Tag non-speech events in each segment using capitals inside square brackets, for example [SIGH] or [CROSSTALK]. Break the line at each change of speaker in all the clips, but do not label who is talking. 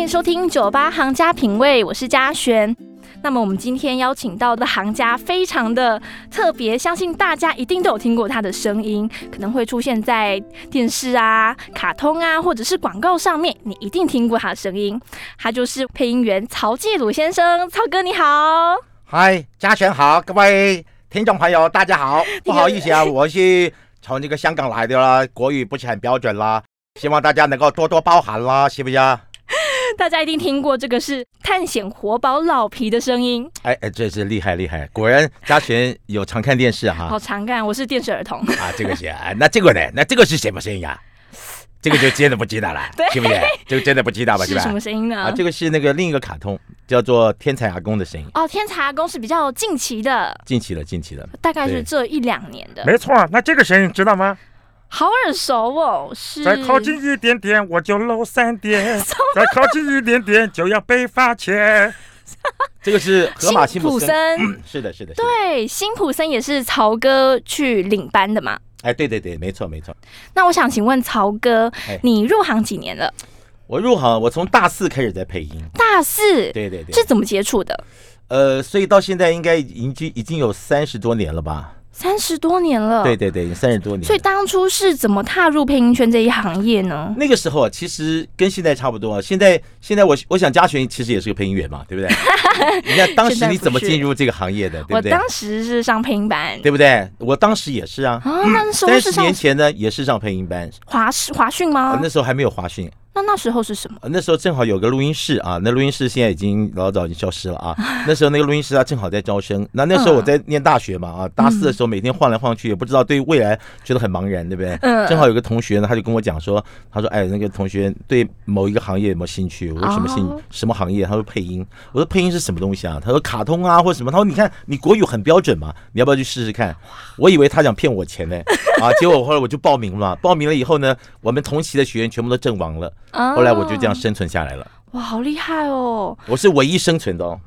迎收听酒吧行家品味，我是嘉璇。那么我们今天邀请到的行家非常的特别，相信大家一定都有听过他的声音，可能会出现在电视啊、卡通啊，或者是广告上面，你一定听过他的声音。他就是配音员曹继鲁先生，曹哥你好。
嗨，嘉璇好，各位听众朋友，大
[LAUGHS]
家好。不好意思啊，我是从这个香港来的啦，国语不是很标准啦，希望大家能够多多包涵啦，是不是啊？
大家一定听过这个是探险活宝老皮的声音，
哎哎，这是厉害厉害，果然嘉璇有常看电视哈
好常干，我是电视儿童。
啊，这个是啊，那这个呢？那这个是什么声音啊？这个就真的不知道了，
[LAUGHS] 对
是不是？这个真的不知道
[LAUGHS]
吧？
是
吧
什？么声音呢？
啊，这个是那个另一个卡通，叫做《天才阿公》的声音，
哦，天才阿公是比较近期的，
近期了，近期了。
大概是
对
这一两年的。
没错，那这个声音知道吗？
好耳熟哦，是
再靠近一点点，我就漏三点；再靠近一点点，就要被发现。
这个是河马辛普
普
森，
森，
是的，是的，是的。
对，辛普森也是曹哥去领班的嘛。
哎，对对对，没错没错。
那我想请问曹哥
哎，
你入行几年了？
我入行，我从大四开始在配音，
大四，
对对对
是，怎么接触的？
呃，所以到现在应该已经已经有三十多年了吧？
三十多年了，
对。对对，三十多年
哦
了。
所以当初是怎么踏入配音圈这一行业呢？
那个时候啊，其实跟现在差不多啊。现在现在我我想嘉璇其实也是个配音员嘛，
[LAUGHS]
对不对？你看当时你怎么进入这个行业的，对
我
不对？
当时是上配音班
对不对？我当时也是啊，
啊，那时候
三
是
十
上
年前呢也是上配音班，
华视华讯
啊
吗？
那时候还没有华讯，
那那时候是什么？
呃那时候正好有个录音室啊，那录音室现在已经老早已经消失了
[LAUGHS]
啊。那时候那个录音室啊，正好在招生。那那时
嗯
候我在念大学嘛啊，大四的时候每天晃来晃去，也不知道对未来觉得很茫然，对不对？
嗯
正好有个同学呢，他就跟我讲说，他说：“哎，那个同学对某一个行业有没有兴趣？”我说：“什么兴
哦
什么行业？”他说：“配音。”我说：“配音是什么东西啊？”他说：“卡通啊，或者什么。”他说：“你看你国语很标准嘛，你要不要去试试看？”我以为他想骗我钱呢，啊，结果后来我就报名了。报名了以后呢，我们同期的学员全部都阵亡了。
啊
后来我就这样生存下来了，
哇，好厉害哦！
我是唯一生存的哦，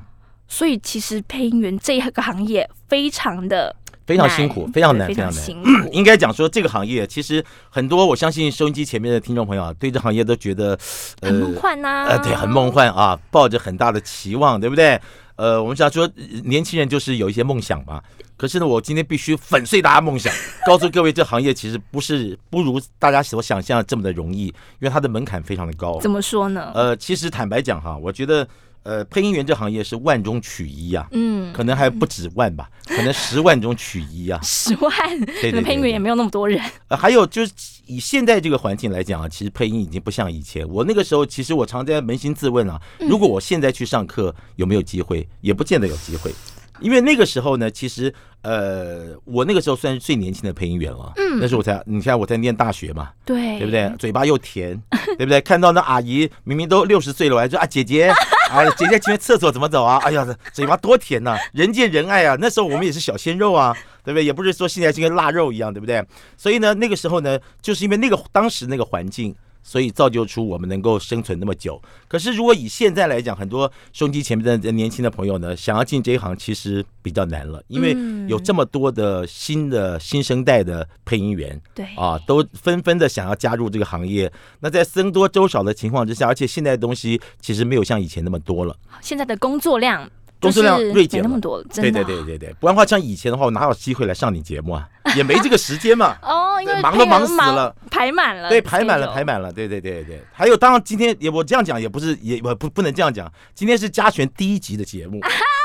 所以其实配音员这一个行业非常的
非常辛苦，非常难，
非
非常
常
难。嗯
辛苦。
应该讲说这个行业，其实很多我相信收音机前面的听众朋友啊，对这行业都觉得，呃
很梦幻呐、
呃，对，很梦幻啊，抱着很大的期望，对不对？呃，我们想说，呃年轻人就是有一些梦想嘛。可是呢，我今天必须粉碎大家
[LAUGHS]
梦想，告诉各位，这行业其实不是不如大家所想象的这么的容易，因为它的门槛非常的高。
怎么说呢？
呃，其实坦白讲哈，我觉得，呃，配音员这行业是万中取一啊。
嗯，。
可能还不止万吧，可能十万中取一啊
[LAUGHS] 十万，
对对对
可能配音员也没有那么多人。
呃，还有就是以现在这个环境来讲啊，其实配音已经不像以前。我那个时候，其实我常在扪心自问啊，
嗯
如果我现在去上课，有没有机会？也不见得有机会，因为那个时候呢，其实呃，我那个时候算是最年轻的配音员了。嗯，那时候我才，你看我在念大学嘛，
对，
对不？对？嘴巴又甜， [LAUGHS] 对不对？看到那阿姨明明都六十岁了，我还说啊姐姐 [LAUGHS] 啊姐姐，请问厕所怎么走啊？哎呀，嘴巴多甜呐、人见人爱啊！那时候我们也是小鲜肉啊，对不对？也不是说现在就跟腊肉一样，对不对？所以呢，那个时候呢，就是因为那个当时那个环境。所以造就出我们能够生存那么久。可是如果以现在来讲，很多收音机前面的年轻的朋友呢，想要进这一行其实比较难了，因为
嗯
有这么多的新的新生代的配音员，
对
啊，都纷纷的想要加入这个行业。那在僧多粥少的情况之下，而且现在的东西其实没有像以前那么多了。
现在的工作量
工作量
就是
锐减
没那
了
么多，真
对
的。。
对对对对，不然的话，像以前的话，我哪有机会来上你节目啊？也没这个时间嘛
哦， [LAUGHS] 因为
对忙
配
都
音
忙
员
死了，
排满了，
对，排满了，排
满。
满了。对对对对。还有，当然今天也我这样讲也不是也我不不能这样讲，今天是嘉璇第一集的节
[LAUGHS]
目，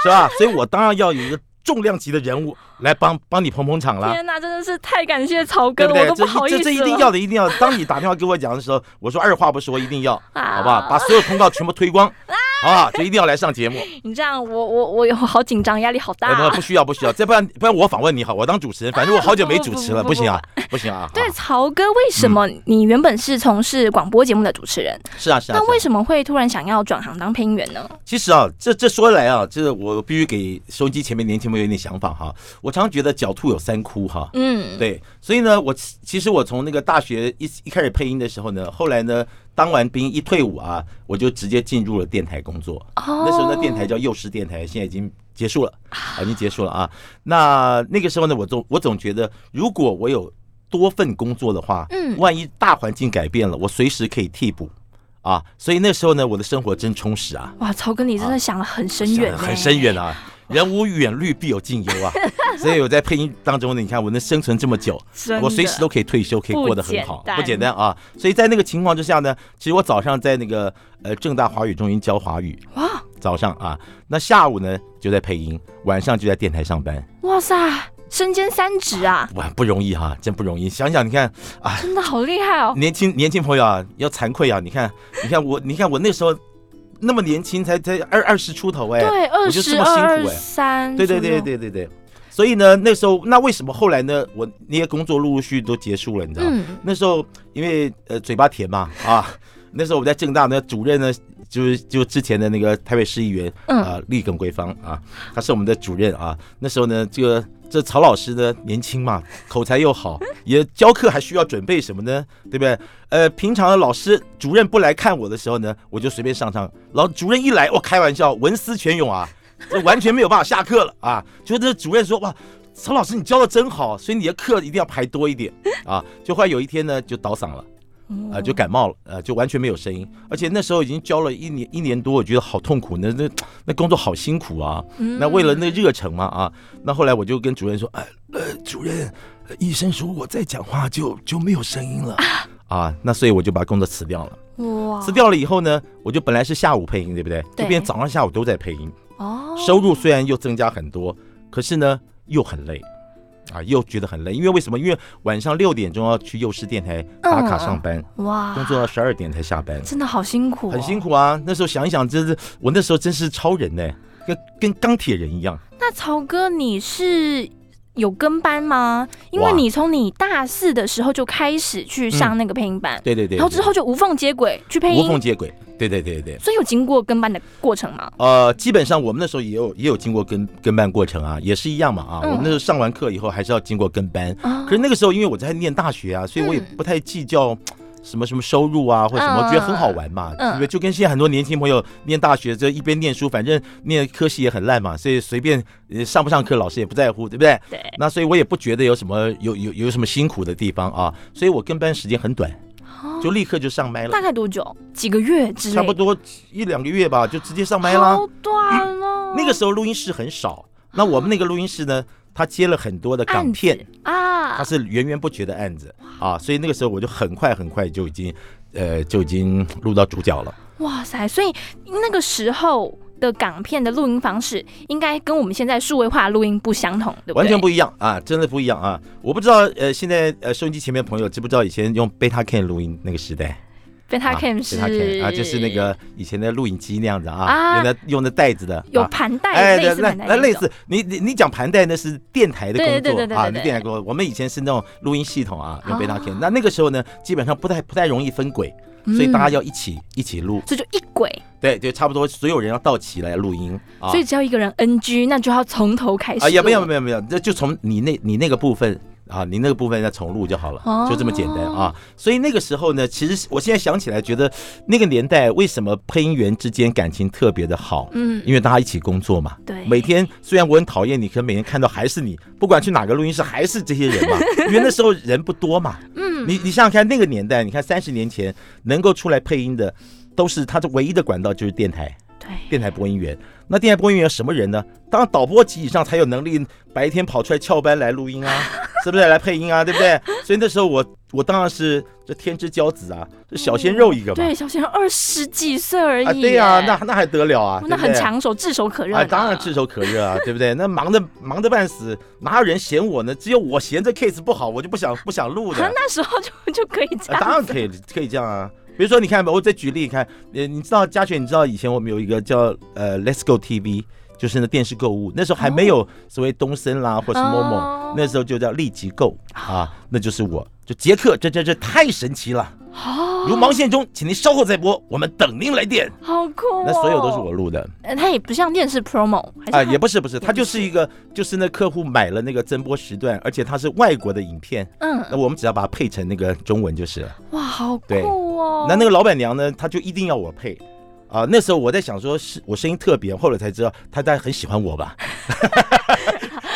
是吧？所以我当然要有一个重量级的人物来帮帮你捧捧场啦。
天哪，真的是太感谢曹哥
对
了，
不对？
我都不好意思
这
了。
这这一定要的，一定要的。当你打电话给我讲的时候，我说二话不说，一定要，
啊
好不好？把所有通告全部推光， [LAUGHS] 好不好？就一定要来上节目。
你这样，我我我我好紧张，压力好大、
哎，不不需要，不需要，再不然不然我访问你好，我当主持人，反正我好久没主持了，
不不不
不行啊，不行啊。
对，
啊
曹哥，为什么你原本是从事广播节目的主持人，
是啊是啊。
那为
么？
什么会突然想要转行当配音员呢？
其实啊，这这说来啊，这我必须给收音机前面年轻朋友一点想法哈。我常觉得狡兔有三窟哈，
嗯，
对，所以呢，我其其实我从那个大学一一开始配音的时候呢，后来呢，当完兵一退伍啊，我就直接进入了电台工作。
哦
那时候呢，电台叫幼师电台，现在已经结束了，啊，已经结束了啊。那那个时候呢，我总我总觉得，如果我有多份工作的话，
嗯
万一大环境改变了，我随时可以替补。啊，所以那时候呢，我的生活真充实啊，
哇，曹哥，你真的想的很深远、
很深远。啊。人无远虑，必有近忧
[LAUGHS]
啊！所以我在配音当中呢，你看我能生存这么久，
真的
我随时都可以退休，可以过得很好
不简，单
不简单啊！所以在那个情况之下呢，其实我早上在那个呃正大华语中心教华语，
哇
早上啊，那下午呢就在配音，晚上就在电台上班，
哇塞，身兼三职啊，
哇，不容易哈、真不容易。想想你看，
真的好厉害哦！
年轻年轻朋友啊，要惭愧啊！你看，你看我，你看我那时候那么年轻，才才二二十出头哎、
对，二
就这
十
么辛苦
二、
哎
二三，
对对对对对对。所以呢，那时候那为什么后来呢？我那些工作陆陆续续都结束了，你知道吗？
嗯，
那时候因为呃嘴巴甜嘛啊，那时候我在正大呢，主任呢就是就之前的那个台北市议员
嗯
啊、立耿桂芳啊，他是我们的主任啊。那时候呢，这个这曹老师呢年轻嘛，口才又好，也教课还需要准备什么呢？对不对？呃，平常的老师主任不来看我的时候呢，我就随便上上。老主任一来，我开玩笑，文思泉涌啊，这完全没有办法下课了啊！觉得主任说哇。曹老师，你教的真好，所以你的课一定要排多一点啊！就后来有一天呢，就倒嗓了。啊、就感冒了，呃，就完全没有声音，而且那时候已经教了一年一年多，我觉得好痛苦，那那那工作好辛苦啊。
嗯
那为了那热忱嘛啊，那后来我就跟主任说，哎，呃，主任，呃医生说我再讲话就就没有声音了啊，那所以我就把工作辞掉了。
哇，
辞掉了以后呢，我就本来是下午配音，对不对？
哦对
就变早上下午都在配音，
哦，
收入虽然又增加很多，可是呢又很累。啊，又觉得很累，因为为什么？因为晚上六点钟要去幼师电台打卡上班，
哇，
工作到十二点才下班，
真的好辛苦、哦，
很辛
苦。
苦啊。那时候想一想，真是我那时候真是超人呢、跟跟钢铁人一样。
那曹哥，你是有跟班吗？因为
哇
你从你大四的时候就开始去上那个配音班，
对对对，
然后之后就无缝接轨去配
无缝
音，
接轨。对对对对，
所以有经过跟班的过程吗？
呃，基本上我们那时候也有也有经过跟跟班过程啊，也是一样嘛啊。
嗯
我们那时候上完课以后还是要经过跟班，
啊
可是那个时候因为我在念大学啊，所以我也
嗯
不太计较。什么什么收入啊，或者什么，
嗯
觉得很好玩嘛，
嗯
对不对？就跟现在很多年轻朋友念大学，这一边念书，反正念科系也很烂嘛，所以随便呃上不上课，老师也不在乎，对不对？
对，
那所以我也不觉得有什么有有有什么辛苦的地方啊，所以我跟班时间很短，
哦
就立刻就上麦了
大，概多久？几个月之类，
差不多一两个月吧，就直接上麦啦
好。短哦。
嗯那个时候录音室很少，那我们那个录音室呢，他接了很多的港
案
片
子，啊，
他是源源不绝的案子啊，所以那个时候我就很快很快就已经呃就已经录到主角了。
哇塞！所以那个时候的港片的录音方式，应该跟我们现在数位化录音不相同，对不对？
完全不一样啊，真的不一样啊！我不知道呃，现在呃，收音机前面的朋友知不知道以前用 Beta Can 录音那个时代？
贝塔
啊
cam
对它可以
是
啊，就是那个以前的录影机那样子啊，
啊
用的用的袋子的，
有
啊
盘带，
哎，
类
对
似
那
盘带那
那
种
类似，你你你讲盘带那是电台的工作
对对对对对
啊，
对对
电台工作。我们以前是那种录音系统啊，用贝塔
哦嗯
K，那那个时候呢，基本上不太不太容易分轨，所以大家要一起一起录，
这就一轨，
对对，差不多所有人要到齐来录音啊。
所以只要一个人 NG，那就要从头开始。
啊，也没有没有没有，那就从你那你那个部分啊，你那个部分再重录就好了，
哦
就这么简单啊。所以那个时候呢，其实我现在想起来，觉得那个年代为什么配音员之间感情特别的好，
嗯，
因为大家一起工作嘛。
对，
每天虽然我很讨厌你，可每天看到还是你，不管去哪个录音室还是这些
[LAUGHS]
人嘛，因为那时候人不多嘛。
嗯
你你想想看，那个年代，你看三十年前能够出来配音的，都是他的唯一的管道就是电台。
对，
电台播音员。那电台播音员有什么人呢？当然导播级以上才有能力白天跑出来翘班来录音啊， [LAUGHS] 是不是来配音啊？对不对？所以那时候我我当然是这天之骄子啊，这小鲜肉一个嘛。
对，小鲜肉二十几岁而已耶，
啊，对呀、那那还得了啊？
那
对不
很
对
抢手，炙手可热
啊，
的。
当然炙手可热
[LAUGHS]
啊，对不对？那忙的忙的半死，哪有人嫌我呢？只有我嫌这 case 不好，我就不想不想录的
啊。那时候就 [LAUGHS] 就可以这
啊，当
样，
然可以，可以这样啊。比如说，你看吧，我再举例看，呃，你知道嘉全，你知道以前我们有一个叫呃 Let's Go TV，就是那电视购物，那时候还没有所谓东森啦或是 Momo，、
哦
那时候就叫立即购啊，那就是我，就杰克，这这这太神奇了，
哦
如芒线中，请您稍后再拨，我们等您来电。
好酷哦。
那所有都是我录的
呃，它也不像电视 promo，
啊、
还是它
也不是不是，它
也不
就是一个就是那客户买了那个增播时段，而且它是外国的影片，那
嗯，
我们只要把它配成那个中文就是了。
哇，好
对
酷哦。
那那个老板娘呢，她就一定要我配。啊，那
[LAUGHS]
时候我在想说，是我声音特别，后来才知道她大概很喜欢我吧，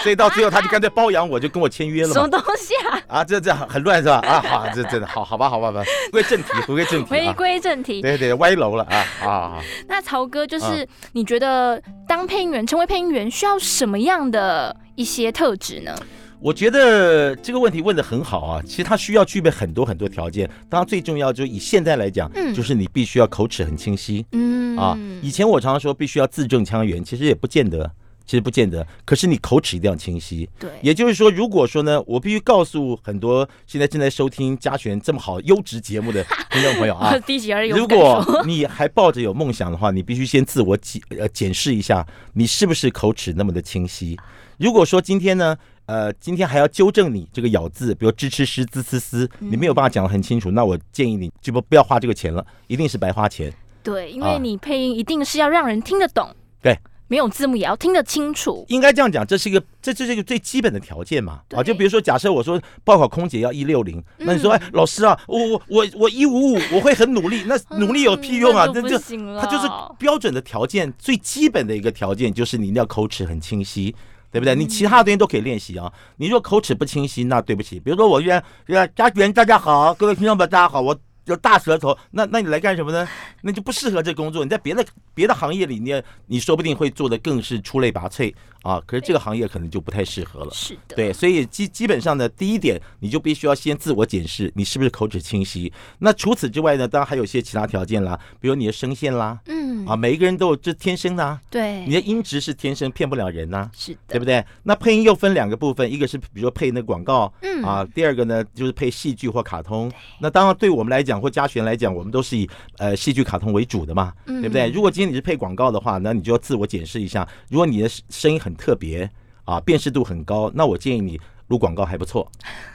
所以到最后他就干脆包养我，就跟我签约了
什么
嘛。
东西
[LAUGHS]
啊？
啊，这这很乱是吧？啊，好，这真的好好吧，好吧，吧，回归正题，回归正题
回
啊。
归正题，
对对，歪楼了啊啊！啊
那曹哥就是你觉得当配音员成为配音员需要什么样的一些特质呢？
我觉得这个问题问的很好啊，其实它需要具备很多很多条件，当然最重要就是以现在来讲，
嗯
就是你必须要口齿很清晰，
嗯
啊，以前我常常说必须要字正腔圆，其实也不见得，其实不见得。可是你口齿一定要清晰。
对，
也就是说，如果说呢，我必须告诉很多现在正在收听嘉璇这么好优质节目的听众朋友啊
[LAUGHS] 我，低级而已。
如
我不敢说
果 [LAUGHS] 你还抱着有梦想的话，你必须先自我检呃检视一下，你是不是口齿那么的清晰。如果说今天呢，呃，今天还要纠正你这个咬字，比如支吃诗滋呲丝，你
嗯
没有办法讲得很清楚，那我建议你就不不要花这个钱了，一定是白花钱。
对，因
啊
为你配音一定是要让人听得懂，
对，
没有字幕也要听得清楚。
应该这样讲，这是一个这这是一个最基本的条件嘛啊，
对
就比如说，假设我说报考空姐要一六零，那你说
嗯
哎，老师啊，我我我我一五五，我会很努力，那努力有屁用啊？
嗯
那
那
就
不行了，
它就是标准的条件，最基本的一个条件就是你一定要口齿很清晰。对不对？你其他的东西都可以练习啊。你若口齿不清晰，那对不起。比如说我原原家园，大家好，各位听众们，大家好，我有大舌头，那那你来干什么呢？那就不适合这工作。你在别的别的行业里面，你说不定会做的更是出类拔萃啊。可是这个行业可能就不太适合了。
是的，
对，所以基基本上呢，第一点你就必须要先自我检视，你是不是口齿清晰。那除此之外呢，当然还有一些其他条件啦，比如你的声线啦，
嗯，哎
啊，每一个人都有这天生的、啊，
对，
你的音质是天生，骗不了人呐、
是的，
对不对？那配音又分两个部分，一个是比如说配那广告，
嗯
啊，第二个呢就是配戏剧或卡通。那当然对我们来讲或嘉璇来讲，我们都是以呃戏剧卡通为主的嘛，
嗯
对不对？如果今天你是配广告的话，那你就要自我检视一下，如果你的声音很特别啊，辨识度很高，那我建议你录广告还不错，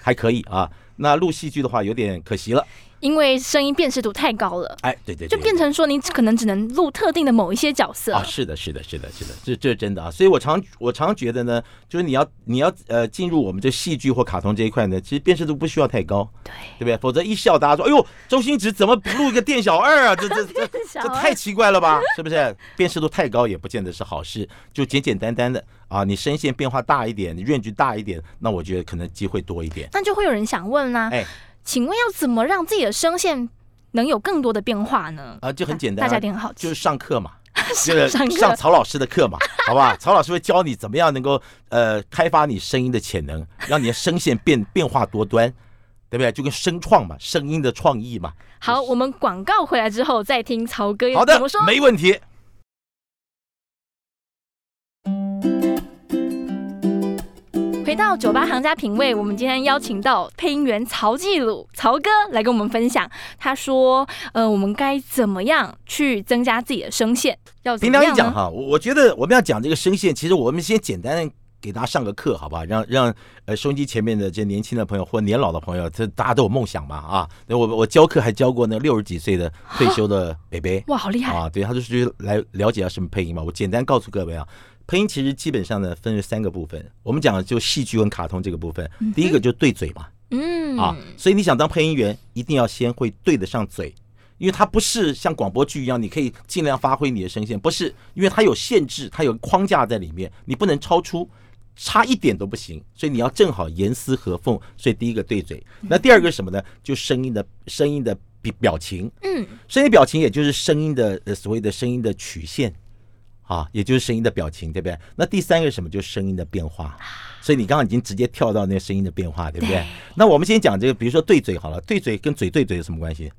还可以啊。那录戏剧的话有点可惜了，
因为声音辨识度太高了，
哎，对对
就
对，
变成说你可能只能录特定的某一些角色。 [LAUGHS]
啊，是的，是的，是的，是的，这这是真的啊。所以我常我常觉得呢，就是你要你要呃进入我们这戏剧或卡通这一块呢，其实辨识度不需要太高，
对，
对不对？否则一笑大家说，哎呦，周星驰怎么不录一个店小二啊？
[LAUGHS]
这这这
小
这
二
太奇怪了吧？是不是？辨识度太高也不见得是好事，就简简单单的啊，你声线变化大一点，你 range 大一点，那我觉得可能机会多一点。
那就会有人想问啦、
哎
请问要怎么让自己的声线能有更多的变化呢？
啊，就很简单、
大
啊，
家一定很好奇，
就是上课嘛，就
[LAUGHS]
是
上课
上曹老师的课嘛，好不好？曹老师会教你怎么样能够呃开发你声音的潜能，让你的声线变变化多端，对不对？就跟声创嘛，声音的创意嘛。
好，我们广告回来之后再听曹哥
好
要
的
哎怎么说。，
没问题。
回到酒吧行家品味，我们今天邀请到配音员曹继鲁曹哥来跟我们分享，他说，呃，我们该怎么样去增加自己的声线？要怎
平
么
常
样
一讲
呢？
哈，我我觉得我们要讲这个声线，其实我们先简单给大家上个课，好不好？让让呃收音机前面的这年轻的朋友或年老的朋友，这大家都有梦想嘛啊！那我我教课还教过那六十几岁的
[LAUGHS]
退休的北北。
哇，好厉害！
啊，对，他就是去来了解一下什么配音嘛。我简单告诉各位啊，配音其实基本上呢分为三个部分，我们讲的就戏剧跟卡通这个部分。第一个就对嘴嘛，
嗯，
啊，所以你想当配音员，一定要先会对得上嘴。因为它不是像广播剧一样，你可以尽量发挥你的声线，不是，因为它有限制，它有框架在里面，你不能超出，差一点都不行。所以你要正好严丝合缝。所以第一个对嘴，那第二个是什么呢？就声音的声音的表表情，
嗯，
声音表情也就是声音的呃所谓的声音的曲线，啊，也就是声音的表情，对不对？那第三个是什么？就是声音的变化。所以你刚刚已经直接跳到那个声音的变化，对不对？
对
那我们先讲这个，比如说对嘴好了，对嘴跟嘴对嘴有什么关系？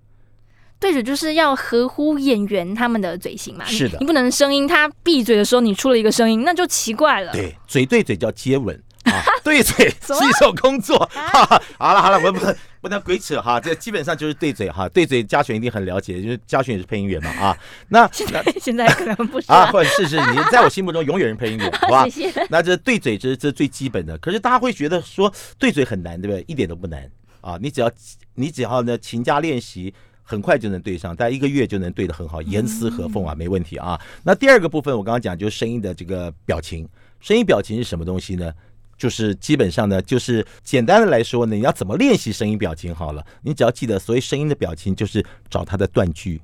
对嘴就是要合乎演员他们的嘴型嘛。
是的
你你不能声音，他闭嘴的时候你出了一个声音，那就奇怪了。，
对，嘴对嘴叫接吻。啊，对嘴
什
是
么
一种工作，哈哈，好了好了，我不不能鬼扯哈，这基本上就是对嘴哈，对嘴嘉璇一定很了解，因为嘉璇也是配音员嘛啊，那
现在 [LAUGHS] 现在可能不是
啊，
[LAUGHS] 啊。
或者是是你在我心目中永远是配音员，好吧
谢？ [LAUGHS] 谢。
那这对嘴这是这是最基本的，可是大家会觉得说对嘴很难，对不对？一点都不难啊，你只要你只要呢勤加练习，很快就能对上，大概一个月就能对得很好，严丝合缝啊，没问题啊。那第二个部分我刚刚讲就是声音的这个表情，声音表情是什么东西呢？就是基本上呢，就是简单的来说呢，你要怎么练习声音表情好了，你只要记得，所谓声音的表情就是找它的断句。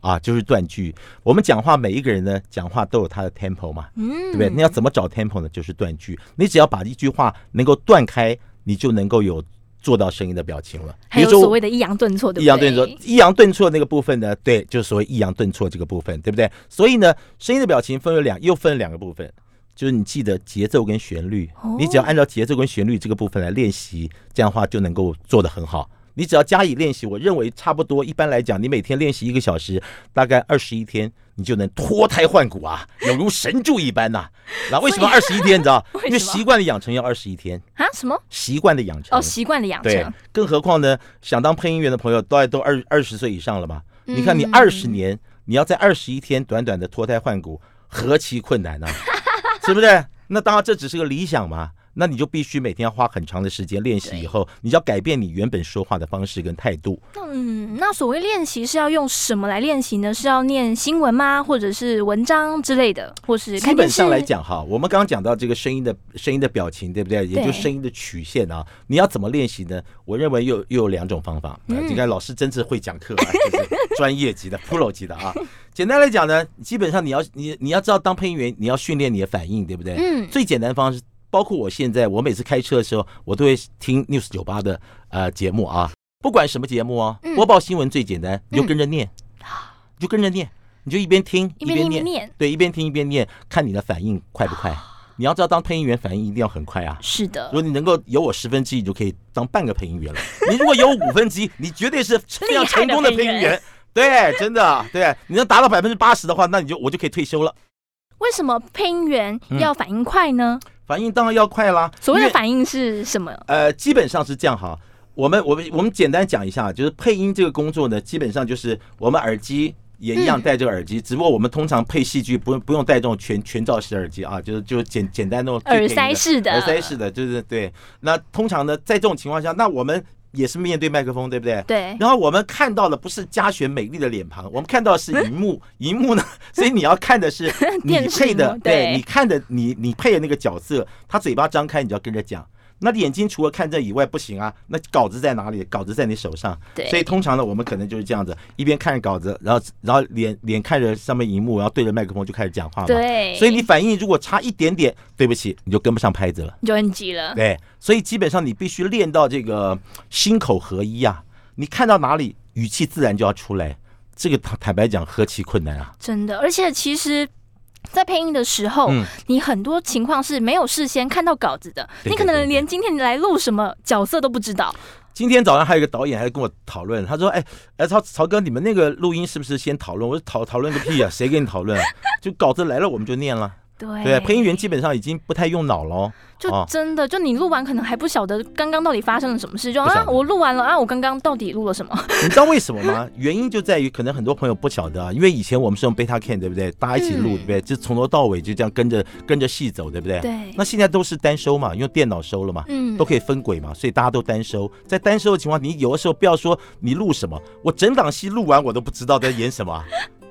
啊，就是断句。我们讲话每一个人呢，讲话都有他的 tempo 嘛，
嗯，
对不对？那要怎么找 tempo 呢？就是断句。你只要把一句话能够断开，你就能够有做到声音的表情了。
还有所谓的抑扬顿挫，对不对？
抑扬顿挫，抑扬顿挫那个部分呢，对，就是所谓抑扬顿挫这个部分，对不对？所以呢，声音的表情分为两，又分两个部分，就是你记得节奏跟旋律，
哦
你只要按照节奏跟旋律这个部分来练习，这样的话就能够做得很好。你只要加以练习，我认为差不多。一般来讲，你每天练习一个小时，大概二十一天，你就能脱胎换骨啊，有如神助一般呐、那为什么二十一天？你知道
[LAUGHS] 为？什么
因为习惯的养成要二十一天，
啊？什么？
习惯的养成
哦，习惯的养
对
成，，
更何况呢，想当配音员的朋友，大概都二二十岁以上了嘛。
嗯
你看，你二十年，你要在二十一天短短的脱胎换骨，何其
[LAUGHS]
困难呢、啊是不是？那当然，这只是个理想嘛。那你就必须每天要花很长的时间练习，以后你就要改变你原本说话的方式跟态度。
那嗯，那所谓练习是要用什么来练习呢？是要念新闻吗？或者是文章之类的，或是
基
看
本
电视？
上来讲哈，我们刚刚讲到这个声音的声音的表情，对不对？也就是声音的曲线啊，你要怎么练习呢？我认为又又有两种方法。
嗯
啊你看老师真是会讲课啊，就是专业级的、pro 级的啊。简单来讲呢，基本上你要你你要知道当配音员，你要训练你的反应，对不对？
嗯
最简单的方式，包括我现在，我每次开车的时候，我都会听 News 九八的呃节目啊，不管什么节目哦
嗯，啊
播报新闻最简单，你就跟着念，你就跟着念，你就一边听
一边听一边念
对，一边听一边念，看你的反应快不快。
啊
[SIGHS] 你要知道，当配音员反应一定要很快啊。
是
如
的，
果你能够有我十分之一，你就可以当半个配音员了。你如果有五分之一，你绝对是非常成功的配音
厉害的配音
员。 [LAUGHS] 对，真的，对，你能达到百分之八十的话，那你就我就可以退休了。
为什么配音员要反应快呢？
反应当然要快啦。
所谓
嗯因
的
为
反应是什么？
呃，基本上是这样哈。我们我们我们简单讲一下，就是配音这个工作呢，基本上就是我们耳机也一样
嗯
戴这个耳机，只不过我们通常配戏剧不用不用戴这种全全罩式耳机啊，就是就简简单那种最
耳
便宜
塞
的
式的，
耳塞式的，对对对。那通常呢，在这种情况下，那我们也是面对麦克风，对不对？
对，
然后我们看到的不是嘉璇美丽的脸庞，我们看到的是荧
[LAUGHS]
幕，荧幕呢，所以你要看的是你
电视
配
荧
的
幕，对
对你看的你你配的那个角色，他嘴巴张开，你就要跟着讲。那眼睛除了看这以外不行啊，那稿子在哪里？稿子在你手上，
对
所以通常呢，我们可能就是这样子，一边看着稿子，然后然后脸脸看着上面荧幕，然后对着麦克风就开始讲话嘛。，
对，
所以你反应如果差一点点，对不起，你就跟不上拍子了。
你就很急了，
[LAUGHS] 对，所以基本上你必须练到这个心口合一啊，你看到哪里语气自然就要出来。这个坦坦白讲何其困难啊！
真的。而且其实，在配音的时候，
嗯
你很多情况是没有事先看到稿子的，
对
你可
对对
能
对
连今天你来录什么角色都不知道。
今天早上还有一个导演还跟我讨论，他说：“哎，哎，曹曹哥，你们那个录音是不是先讨论？”我说：“讨讨论个屁啊，谁跟你讨论啊？ [LAUGHS] 就稿子来了我们就念了。
对
对，配音员基本上已经不太用脑了哦。
就
哦
真的，就你录完可能还不晓得刚刚到底发生了什么事，就
不晓
啊，
得
我录完了啊，我刚刚到底录了什么？
你知道为什么吗？原因就在于可能很多朋友不晓得啊，因为以前我们是用 Beta Can 对不对？大家一起录
嗯
对不对？就从头到尾就这样跟着跟着戏走对不对？
对
那现在都是单收嘛，用电脑收了嘛，
嗯
都可以分轨嘛，所以大家都单收。在单收的情况，你有的时候不要说你录什么，我整档戏录完我都不知道在演什
[LAUGHS]
么啊，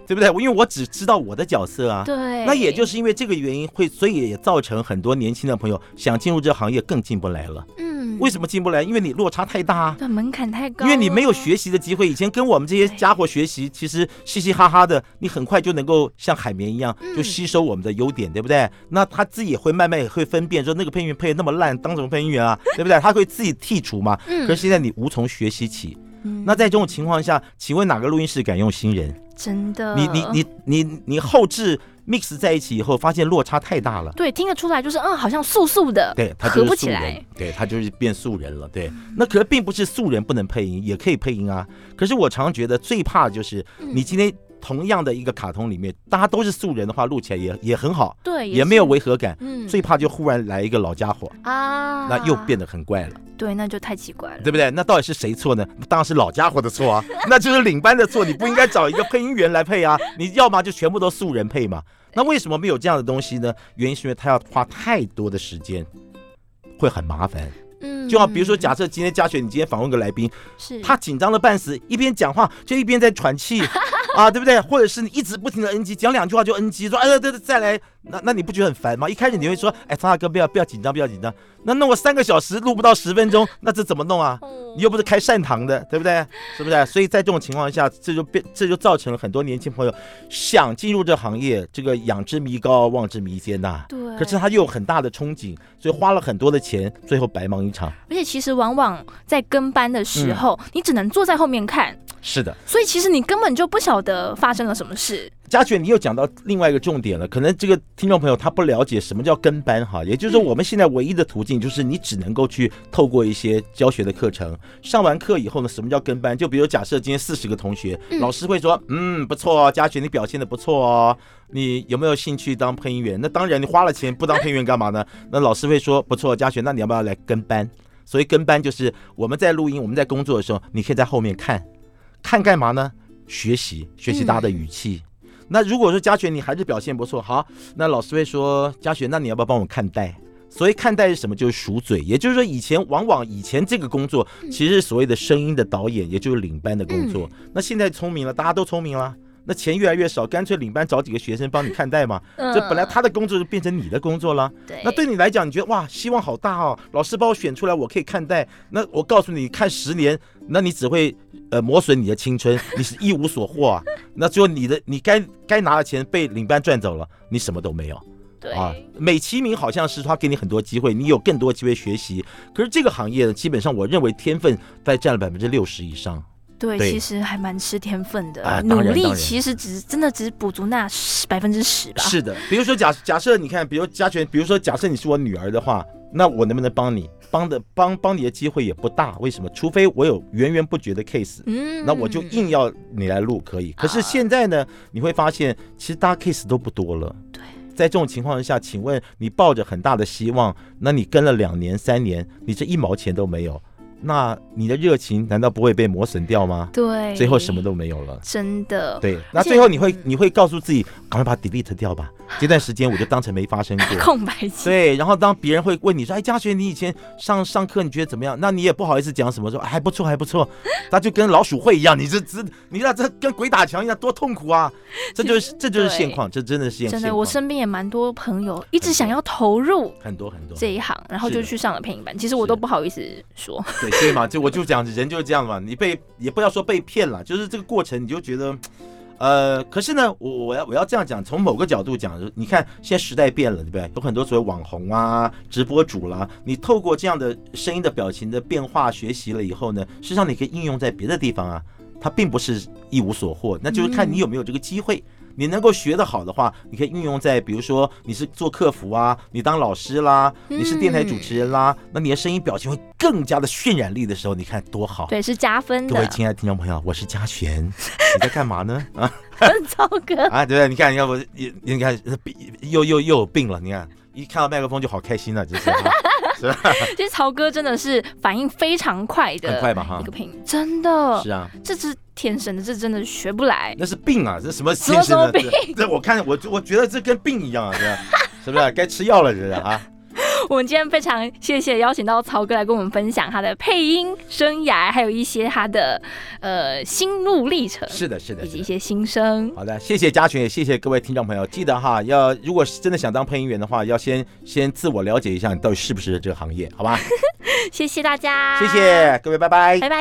对不对？因为我只知道我的角色啊。
对，
那也就是因为这个原因会，所以也造成很多年轻的朋友想进入这行业更进不来了。
嗯，
为什么进不来？因为你落差太大啊。
对门槛太高
因
了，嗯
为你没有学习的机会，以前跟我们这些家伙学习，其实嘻嘻哈哈的，你很快就能够像海绵一样，
嗯
就吸收我们的优点，对不对？那他自己也会慢慢也会分辨，说那个配音员配的那么烂，当什么配音员啊，对不
[LAUGHS]
对？他会自己剔除嘛。
嗯
可是现在你无从学习起，
嗯，
那在这种情况下，请问哪个录音室敢用新人？
真的，
你你你你你后置 mix 在一起以后，发现落差太大了。
对听得出来，就是嗯，好像素素的，
对他
合
就
不
是
起
素
来
人，，对他就是变素人了。对，那可是并不是素人不能配音，也可以配音啊。可是我常觉得最怕的就是
嗯
你今天同样的一个卡通里面，大家都是素人的话，录起来也也很好，
对，
也没有
是
违和感。
嗯
最怕就忽然来一个老家伙，
啊，
那又变得很怪了，
对，那就太奇怪了，
对不对？那到底是谁错呢？当然是老家伙的
[LAUGHS]
错啊，那就是领班的错。你不应该找一个配音员来配啊，你要么就全部都素人配嘛。那为什么没有这样的东西呢？原因是因为他要花太多的时间，会很麻烦。
嗯，
就像比如说，假设今天嘉雪，你今天访问个来宾，
是
他紧张的半死，一边讲话就一边在喘气，啊，对不对？或者是你一直不停的 NG，讲两句话就 NG，说哎呀，对对，再来，那那你不觉得很烦吗？一开始你会说，哎，苍大哥，不要不要紧张，不要紧张。那弄我三个小时录不到十分钟，那这怎么弄啊？
哦
你又不是开善堂的，对不对？是不是？所以在这种情况下，这就变，这就造成了很多年轻朋友想进入这行业，这个仰之弥高，望之弥坚呐、
对，
可是他又有很大的憧憬，所以花了很多的钱，最后白忙一场。
而且其实往往在跟班的时候，
嗯
你只能坐在后面看，
是的，
所以其实你根本就不晓得发生了什么事。
嘉雪，你又讲到另外一个重点了，可能这个听众朋友他不了解什么叫跟班哈，也就是说我们现在唯一的途径就是你只能够去透过一些教学的课程，上完课以后呢，什么叫跟班？就比如假设今天四十个同学，
嗯
老师会说，嗯，不错哦，嘉雪你表现的不错哦，你有没有兴趣当配音员？那当然，你花了钱不当配音员干嘛呢？那老师会说，不错，嘉雪，那你要不要来跟班？所以跟班就是我们在录音，我们在工作的时候，你可以在后面看，看干嘛呢？学习，学习大家的语气。那如果说嘉雪你还是表现不错，好，那老师会说嘉雪，那你要不要帮我看待？所谓看待是什么？就是数嘴，也就是说，以前往往以前这个工作其实是所谓的声音的导演，也就是领班的工作。那现在聪明了，大家都聪明了，那钱越来越少，干脆领班找几个学生帮你看待嘛。
嗯
这本来他的工作就变成你的工作了。
对
那对你来讲，你觉得哇，希望好大哦，老师把我选出来，我可以看待。那我告诉你，看十年，那你只会呃磨损你的青春，你是一无所获啊。那最后你的你该该拿的钱被领班赚走了，你什么都没有
对、
啊。美其名好像是他给你很多机会，你有更多机会学习，可是这个行业呢，基本上我认为天分在占了百分之六十以上。
对，
对
其实还蛮吃天分的，
啊当
努
然当
力
然
其实只真的只补足那百分之十吧。
是的，比如说假假设你看，比如嘉全，比如说假设你是我女儿的话，那我能不能帮你？帮的帮帮你的机会也不大，为什么？除非我有源源不绝的 case，
嗯
那我就硬要你来录可以。可是现在呢，你会发现其实大家 case 都不多了。
对，
在这种情况下，请问你抱着很大的希望，那你跟了两年三年，你这一毛钱都没有，那你的热情难道不会被磨损掉吗？
对，
最后什么都没有了。
真
[LAUGHS]
的
对，那
而且
最后你会
嗯
你会告诉自己，赶快把它 delete 掉吧，这段时间我就当成没发
[LAUGHS]
生过。
空白期。
对，然后当别人会问你说：“哎，嘉学，你以前上上课你觉得怎么样？”那你也不好意思讲什么，说哎还不错，还不错。那就跟老鼠会一样，你这这，你那这跟鬼打墙一样，多痛苦啊！这就是这就是现况，这真的是现
真
现
的，
况。
我身边也蛮多朋友一直想要投入
很多很多，
这一行，然后
是
就
的
去上了配音班。其实我都
是的
不好意思说，
[LAUGHS] 对，所以嘛，就我就讲，人就是这样嘛，你被也不要说被骗了，就是这个过程，你就觉得，呃，可是呢，我我要我要这样讲，从某个角度讲，你看现在时代变了，对不对？有很多所谓网红啊、直播主啦、你透过这样的声音的表情的变化学习了以后呢，事实上你可以应用在别的地方啊，它并不是一无所获，那就是看你有没有这个机会。你能够学得好的话，你可以运用在比如说你是做客服啊，你当老师啦，
嗯
你是电台主持人啦，那你的声音表情会更加的渲染力的时候，你看多好。
对，是加分
各位
的。 [LAUGHS]
亲爱的听众朋友，我是嘉璇， [LAUGHS] 你在干嘛呢？啊
糟哥，
啊，对不对？你看，你看我，你你看，呃又又又有病了。你看，一看到麦克风就好开心了，就是、
[LAUGHS]
啊
其实曹哥真的是反应非常快的，
很快吧哈
一个配音，真的，
是啊，
这是天生的，这真的学不来。 [LAUGHS]
那是病啊，这什么
什么
先生的？
什么
这这我看我我觉得这跟病一样啊，是吧？是不是？该吃药了，是不是
[LAUGHS]
啊？
我们今天非常谢谢邀请到曹哥来跟我们分享他的配音生涯，还有一些他的呃心路历程，
是的，是的，
以
是
及
的
一。些心声。
好的，谢谢嘉群，也谢谢各位听众朋友。记得哈，要如果是真的想当配音员的话，要先先自我了解一下，你到底适不适合这个行业，好吧？
谢谢大家，
谢，谢各位，拜拜
拜拜。